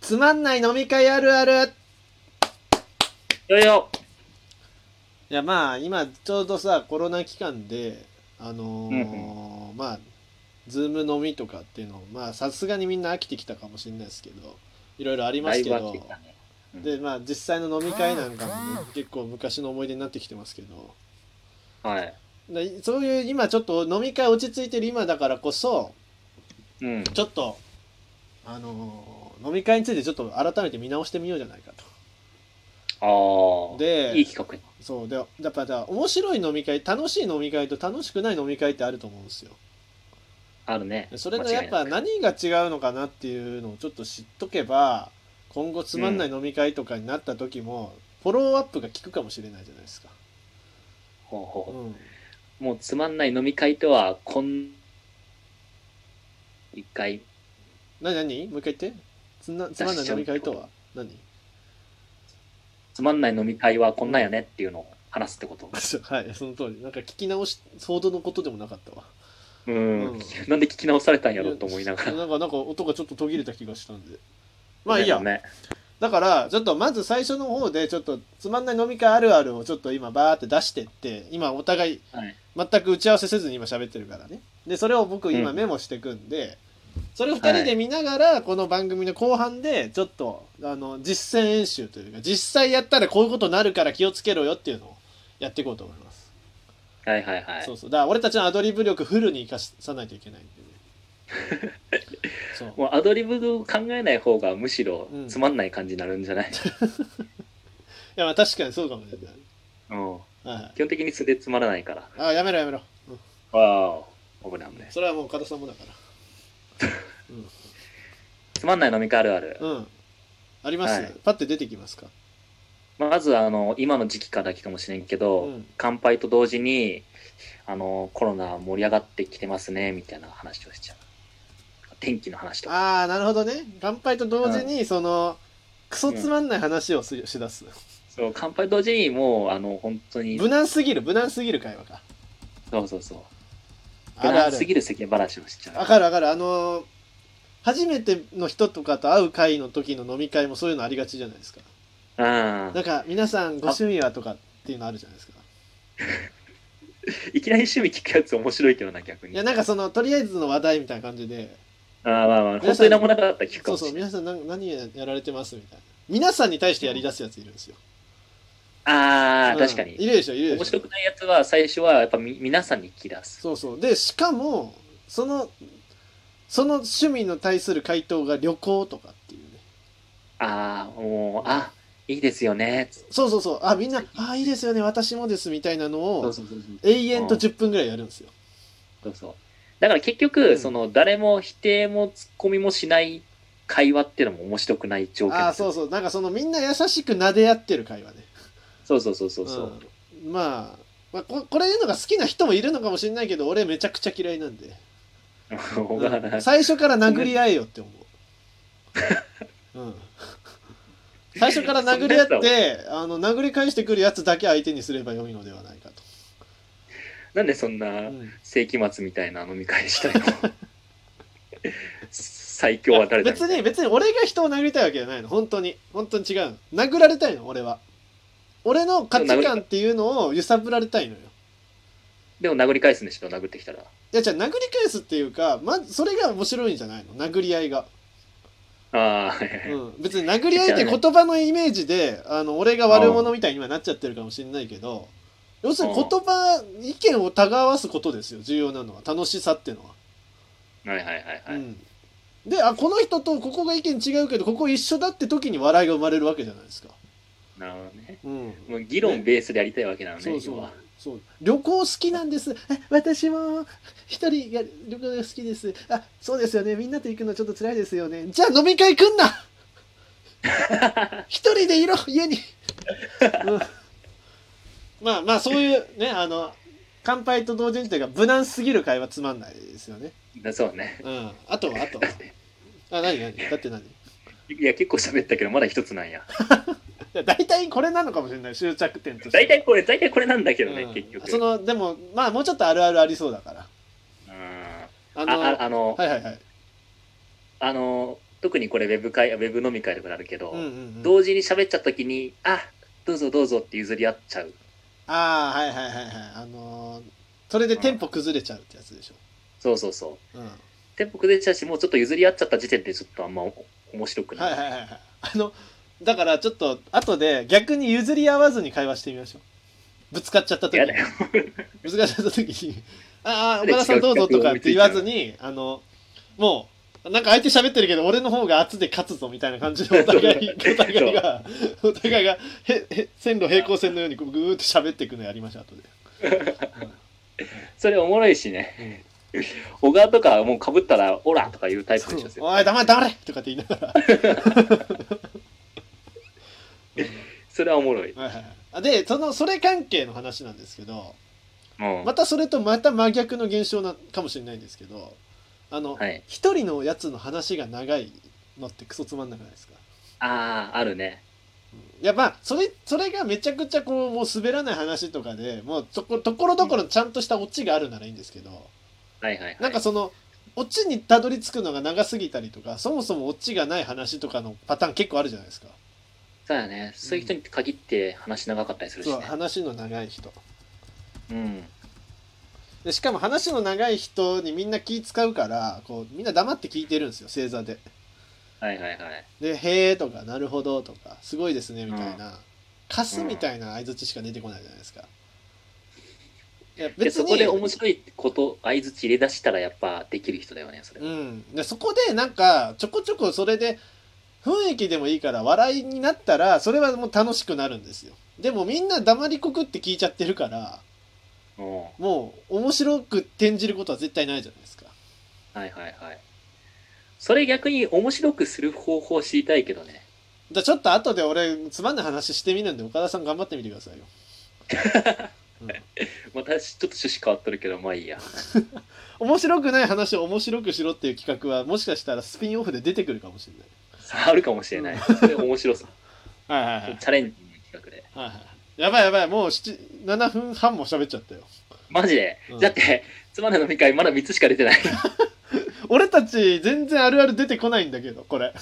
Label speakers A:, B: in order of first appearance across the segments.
A: つまんない飲み会あるある
B: よよ。
A: いやまあ今ちょうどさコロナ期間であのーまあズーム飲みとかっていうのをまあさすがにみんな飽きてきたかもしれないですけどいろいろありま
B: ラ
A: す
B: イ
A: け
B: ブは来
A: ど
B: てたね。
A: でまあ実際の飲み会なんかも、ね、結構昔の思い出になってきてますけど
B: はい。
A: でそういう今ちょっと飲み会落ち着いてる今だからこそ
B: うん。
A: ちょっとあのー飲み会についてちょっと改めて見直してみようじゃないか
B: あ
A: と。
B: あ。
A: で
B: いい企画や
A: そうでやっぱだ面白い飲み会楽しい飲み会と楽しくない飲み会ってあると思うんですよ
B: あるね。
A: でそれの
B: 間
A: や
B: 違
A: っ
B: いない
A: ぱ何が違うのかなっていうのをちょっと知っとけば今後つまんない飲み会とかになった時も、フォローアップが効くかもしれないじゃないですか、
B: ほう
A: う
B: ほ
A: ん、
B: う。もうつまんない飲み会とは、こん、一回、
A: 何何もう一回言ってつなつまんない飲み会とは何
B: つまんない飲み会はこんなんやねっていうのを話すってこと。
A: はいその通りなんか聞き直しほどのことでもなかったわ
B: うん。
A: うん
B: なんで聞き直されたんやろうと思いながら。
A: なんかなんか音がちょっと途切れた気がしたんでまあいいや、
B: でもね。
A: だからちょっとまず最初の方でちょっとつまんない飲み会あるあるをちょっと今バーって出してって今お互い
B: はい。
A: 全く打ち合わせせずに今喋ってるからねでそれを僕今
B: うん
A: メモしてくんで、それを2人で見ながらこの番組の後半でちょっとあの実践演習というか実際やったらこういうことになるから気をつけろよっていうのをやっていこうと思います、
B: はいはいはい
A: そう。そうだから俺たちのアドリブ力フルに生かさないといけないん でねそう
B: もうアドリブを考えない方がむしろ
A: うん
B: つまんない感じになるん じゃない、
A: いやまあ確かにそうかもしれない
B: うん、
A: はい
B: 基本的に素でつまらないから。
A: あやめろやめろ、うん
B: わお、危ない危ない。
A: それはもう岡田さんもだから
B: つまんない飲み会あるある。
A: うん。あります、
B: はい
A: パッて出てきますか。
B: まず、あの、今の時期からだけかもしれんけど、
A: うん
B: 乾杯と同時に、あの、コロナ盛り上がってきてますね、みたいな話をしちゃう。天気の話とか。
A: ああ、なるほどね。乾杯と同時に、その、クソつまんない話をすしだす。
B: そう、乾杯と同時にもう、あの、本当に、
A: 無難すぎる、無難すぎる会話か。
B: そうそうそう。
A: あるあ
B: すぎ
A: る。
B: る世間話をしちゃ
A: わ
B: う。
A: かるわかる。あのー初めての人とかと会う会の時の飲み会もそういうのありがちじゃないですか。
B: うん
A: なん。か、皆さんご趣味はとかっていうのあるじゃないですか。
B: いきなり趣味聞くやつ面白いけどな、逆
A: い
B: に。
A: や、
B: あ
A: なんかその、とりあえずの話題みたいな感じで、
B: あーまあまあ、
A: 皆さ
B: 本当
A: ん
B: に何もなかったら聞くか
A: そう
B: もし
A: そう、
B: れない。
A: 皆さんなん何ややられてますみたいな。皆さんに対してやり出すやついるんですよ。
B: ああ、
A: うん
B: 確かに。
A: いるでしょ、いるでしょ。
B: 面白くないやつは最初はやっぱみ皆さんに聞き出す。
A: そうそうでしかもそのその趣味の対する回答が旅行とかっていうね
B: ああ、もう、あいいですよね。
A: そうそうそうあみんな「あいいですよね私もです」みたいなの
B: そう
A: を
B: そうそうそう
A: 永遠と10分ぐらいやるんですよ
B: そうそう。だから結局、
A: うん
B: その誰も否定も突っ込みもしない会話っていうのも面白くない条件
A: あ
B: ですよ
A: そうそうなんかそのみんな優しく撫で合ってる会話ね
B: そうそうそうそうそう。
A: うんまあ、まあ、ここれいうのが好きな人もいるのかもしれないけど俺めちゃくちゃ嫌いなんで、
B: 小川原
A: うん最初から殴り合えよって思う、うん、最初から殴り合ってあの殴り返してくるやつだけ相手にすれば良いのではないかと
B: なんでそんな
A: うん
B: 世紀末みたいな飲み会したいの 最強は誰だみた
A: 別
B: いな
A: に別に俺が人を殴りたいわけじゃないの本当に本当に違うの殴られたいの俺は俺の価値観っていうのを揺さぶられたいのよ
B: でも殴り返すんでしょ、殴ってきたら。
A: いやじゃあ殴り返すっていうか、ま、それが面白いんじゃないの殴り合いが、
B: ああ、
A: うん、別に殴り合いって言葉のイメージであの俺が悪者みたいにはなっちゃってるかもしれないけど要するに言葉意見をたがわすことですよ重要なのは楽しさっていうのは
B: はいはいはいはい。
A: うん、であこの人とここが意見違うけどここ一緒だって時に笑いが生まれるわけじゃないですか、
B: なるほどね。
A: うん、
B: もう議論ベースでやりたいわけなのね、
A: そうそ
B: 要
A: う
B: は
A: そう旅行好きなんですえ私も一人が旅行が好きですあそうですよねみんなと行くのちょっと辛いですよねじゃあ飲み会来んな 一人でいろ家に、うんまあまあそういうねあの乾杯と同時にというか無難すぎる会話つまんないですよね
B: だそうね。
A: うんあとはあとはあ何何だって何い
B: いや、結構喋ったけど、まだ一つなんや。
A: や大体これなのかもしれない終着点として
B: 大体これ、大体これなんだけどね、
A: うん
B: 結局。
A: そのでもまあもうちょっとあるあるありそうだから
B: うんあ
A: あの
B: ああの、
A: はいはいはい
B: あの、特にこれウェブ会、ウェブ飲み会とかであるけど、
A: うんうんうん、
B: 同時に喋っちゃった時に、あ、どうぞどうぞって譲り合っちゃう。
A: ああはいはいはいはいあのーそれでテンポ崩れちゃうってやつでしょ、
B: そうそうそう。
A: うん、はい
B: テンポ崩れちゃうし、もうちょっと譲り合っちゃった時点でちょっとあんまお面白くな。
A: はいいはいはいあのだからちょっと後で逆に譲り合わずに会話してみましょうぶつかっちゃった時
B: や
A: に
B: だよ。
A: ぶつかっちゃった時に「ああ
B: で
A: 岡田さんどうぞ」とかって言わずにあのもうなんか相手喋ってるけど俺の方が圧で勝つぞみたいな感じでお互いお
B: そう
A: 互いがお互いがへへ線路平行線のようにこうぐーっと喋っていくのやりましょう後で。
B: それおもろいしね。
A: うん
B: 小川とかもう被ったら、オラとかいうタイプでしょ。絶対
A: おい黙れ黙れとかって言いながら、
B: それはおもろい。
A: はいはいはいあでそのそれ関係の話なんですけど
B: うん。
A: またそれとまた真逆の現象なかもしれないんですけどあの
B: はい。
A: 一、人のやつの話が長いのってクソつまんなくないですか
B: ああ、あるね。
A: いやまあそれそれがめちゃくちゃこうもう滑らない話とかでもうとこところどころちゃんとしたオチがあるならいいんですけど、
B: はいはいはい。
A: なんかそのオチにたどり着くのが長すぎたりとかそもそもオチがない話とかのパターン結構あるじゃないですか。
B: そうやね。そういう人に限って話長かったりするし
A: そう
B: ね。
A: 話の長い人
B: うん。
A: でしかも話の長い人にみんな気使うからこうみんな黙って聞いてるんですよ正座で。
B: はいはいはい。
A: で「へえ」とか「なるほど」とか「すごいですね」みたいな「かす」みたいな相づちしか出てこないじゃないですか。いや
B: で、
A: 別
B: そ
A: に
B: こで面白いこと、相づち入れ出したらやっぱできる人だよね、それは。
A: うん、でそこでなんかちょこちょこそれで雰囲気でもいいから笑いになったらそれはもう楽しくなるんですよでもみんな黙りこくって聞いちゃってるから
B: うん。は
A: もう面白く転じることは絶対ないじゃないですか
B: いはいはい。それ逆に面白くする方法知りたいけどね。
A: じゃあちょっと後で俺つまんない話してみるんで岡田さん頑張ってみてくださいよ、うん
B: 私、ちょっと趣旨変わっとるけど、まあいいや。
A: 面白くない話を面白くしろっていう企画はもしかしたらスピンオフで出てくるかもしれない
B: あるかもしれない。それ 面白さ。
A: はいはいはい
B: チャレンジの企画で。
A: はいはいやばいやばいもう7 7分半も喋っちゃったよ
B: マジで、
A: うん
B: だって、つまんない飲み会まだ3つしか出 てない。
A: 俺たち全然あるある出てこないんだけどこれ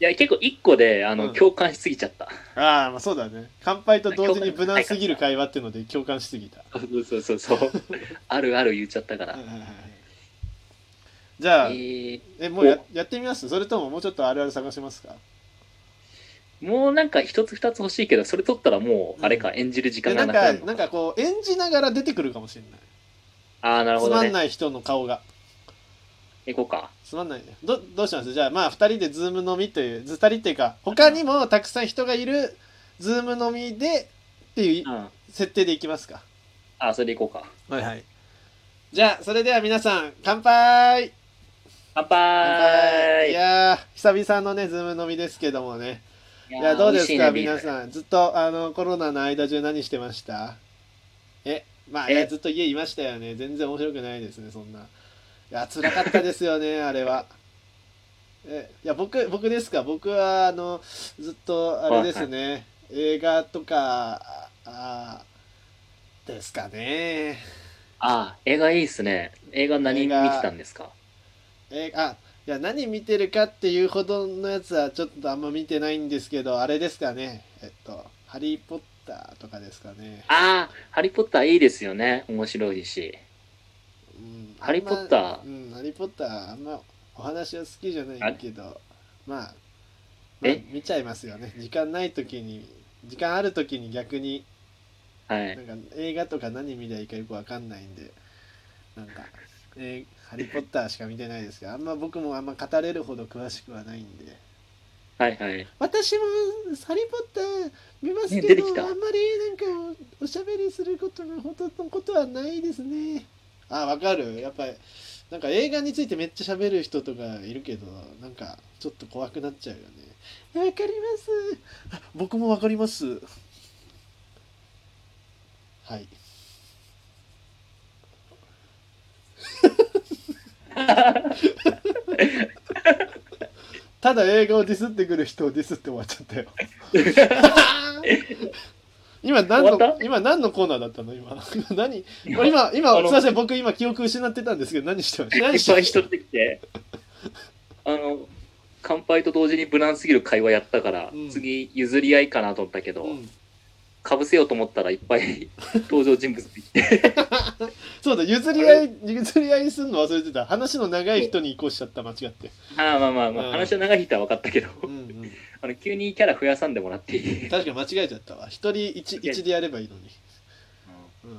B: いや、結構1個で、あの、
A: うん
B: 共感しすぎちゃった。
A: ああまあそうだね乾杯と同時に無難すぎる会話っていうので共感しすぎた、
B: そうそうそうそう。 あるある言っちゃったから。
A: はいはいはいじゃあ
B: えー
A: えもうややってみますそれとももうちょっとあるある探しますか
B: もうなんか一つ二つ欲しいけど、それ取ったらもう、あれか、演じる時
A: いや
B: 間
A: なん
B: がなくな
A: か
B: るの
A: なんかこう演じながら出てくるかもしれない
B: ああ、なるほ
A: つ
B: ど
A: まん
B: ね。
A: ない人の顔が
B: 行こうか。
A: つまんないねどどうしますじゃあまあ2人でズーム飲みという2人っていうか他にもたくさん人がいるズーム飲みでっていう
B: うん。あ
A: 設定でいきますか
B: あ、それで行こうか。
A: はいはいじゃあそれでは皆さん乾杯
B: 乾
A: い
B: 杯
A: やー久々のねズーム飲みですけどもね
B: い
A: いやどうですか、
B: 美味しいね
A: 皆さんずっとあのコロナの間中何してましたえまあね
B: え
A: ずっと家いましたよね全然面白くないですねそんないや辛かったですよ ねあれはえいや僕僕ですか僕はあのずっとあれですね映画とかあですかね
B: ああ、映画いいっすね。映画何
A: 映
B: 見て
A: 画
B: たんですか
A: えーあいや何見てるかっていうほどのやつはちょっとあんま見てないんですけどあれですかねえっと「ハリー・ポッター」とかですかね
B: ああ、ハリーポッターいいですよね。面白いし。
A: うん
B: ハリーポッター
A: あんまうんハリー・ポッターあんまお話は好きじゃないけどまあ、まあ
B: え、
A: 見ちゃいますよね時間ない時に時間ある時に逆に
B: はい。
A: なんか映画とか何見りゃいいかよくわかんないんでなんか、えーハリー・ポッター」しか見てないですけどあんま僕もあんま語れるほど詳しくはないんで。
B: はいはい。
A: 私も「ハリー・ポッター」見ます
B: ね
A: け
B: 出て
A: ど、
B: きた
A: あんまりなんかおしゃべりすることのほどのことはないですねあわかるやっぱりなんか映画についてめっちゃ喋る人とかいるけどなんかちょっと怖くなっちゃうよねわかりますあ僕もわかりますはいただ映画をディスってくる人をディスって終わっちゃったよ今何
B: 終わっ
A: の今何のコーナーだったの今何今
B: あ
A: 今
B: の
A: すいません僕今記憶失ってたんですけど何してました
B: い
A: 何
B: っ
A: して
B: ぱ
A: ま
B: い
A: し
B: 人出てきて。輩と同時に無難すぎる会話やったから、
A: うん
B: 次譲り合いかなと思ったけど、
A: うん、
B: かぶせようと思ったらいっぱ い登場人物できて、
A: そうだ譲り合い譲り合いするの忘れてた話の長い人に移行しちゃった間違って
B: ああまあまあまあ、
A: うん
B: 話の長い人は分かったけど、
A: うん、うん、
B: あの急にキャラ増やさんでもらっていい
A: 確かに間違えちゃったわ一人一一でやればいいのに、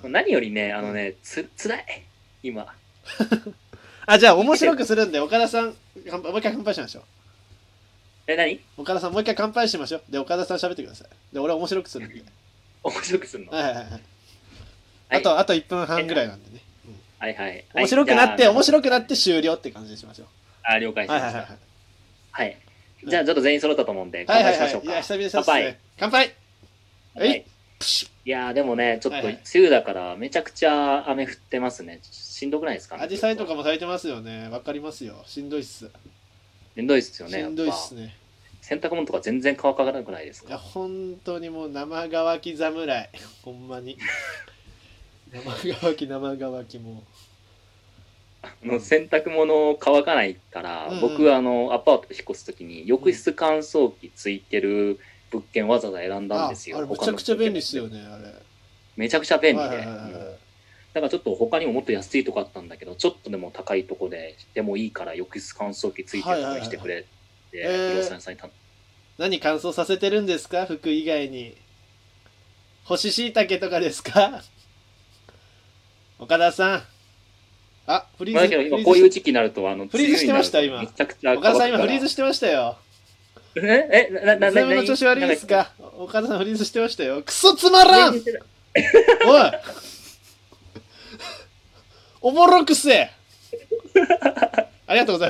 A: うん、
B: 何よりね、あのね、つ、つらい。今。
A: あじゃあ面白くするんで岡田さん乾杯もう一回乾杯しましょう
B: え、何
A: 岡田さんもう一回乾杯しましょうで岡田さん喋ってくださいで俺は面白くするんで
B: 面白くすんの
A: はいはいはい、はい、
B: はい
A: あとあと1分半ぐらいなんでね、うん
B: はいはい。
A: 面白くなって、面
B: い
A: 白くなって終了って感じにしましょ
B: じゃあ。あ、了解
A: う。
B: し
A: は
B: ま
A: いは
B: し
A: いはい。
B: た。はい。じゃあ、ちょっと全員揃ったと思うんで、
A: は
B: 乾
A: いは
B: 杯
A: いは
B: しま
A: い
B: しょうか。
A: いや、久々です
B: 乾杯
A: ね。乾杯
B: 乾
A: えい
B: 杯いやーでもね、ちょっ
A: は
B: と
A: いは
B: 梅
A: い
B: 雨だから、めちゃくちゃ雨降ってますね。しんどくないですか
A: アジサイとか
B: も。
A: も咲いてますよね。わかりますよ。しんどいっす。
B: しんどいっすよね。
A: し
B: やっ
A: ん
B: ぱ
A: どいっすね。
B: 洗濯物とか全然乾かなくないです
A: いや、
B: か
A: 本当にもう生乾き侍。 ほんまに。生乾き生乾きも
B: あの洗濯物乾かないから、
A: うんうん
B: 僕あのアパート引っ越すときに浴室乾燥機ついてる物件わざわざ選ん
A: う。
B: だん
A: あ、あ
B: ですよ。
A: れめ
B: 他
A: ちゃ
B: の
A: くちゃ便利っす
B: 物
A: よね、あれ。
B: 件めちゃくちゃ便利
A: はい
B: で、
A: はいはい
B: うん
A: は
B: だからちょっと他にももっと安いとこあったんだけどちょっとでも高いとこででもいいから浴室乾燥機ついてるとこにしてくれっ
A: は
B: て
A: いはいはい
B: 不動産屋さんに頼
A: い。
B: ん
A: 何乾燥させてるんですか服以外に。干し椎茸とかですか岡田さん。あ、フリー
B: まあ
A: ズ。
B: だけど今こういう時期になるとあの
A: フリーズしてました
B: 梅雨になるとめちゃくちゃ
A: 岡田さん今フリーズ
B: し
A: してましたよ。
B: ええななな
A: ズームの調子悪いですか岡田さんフリーズしてましたよ。クソつまらんおいおもろくせえありがとうございました。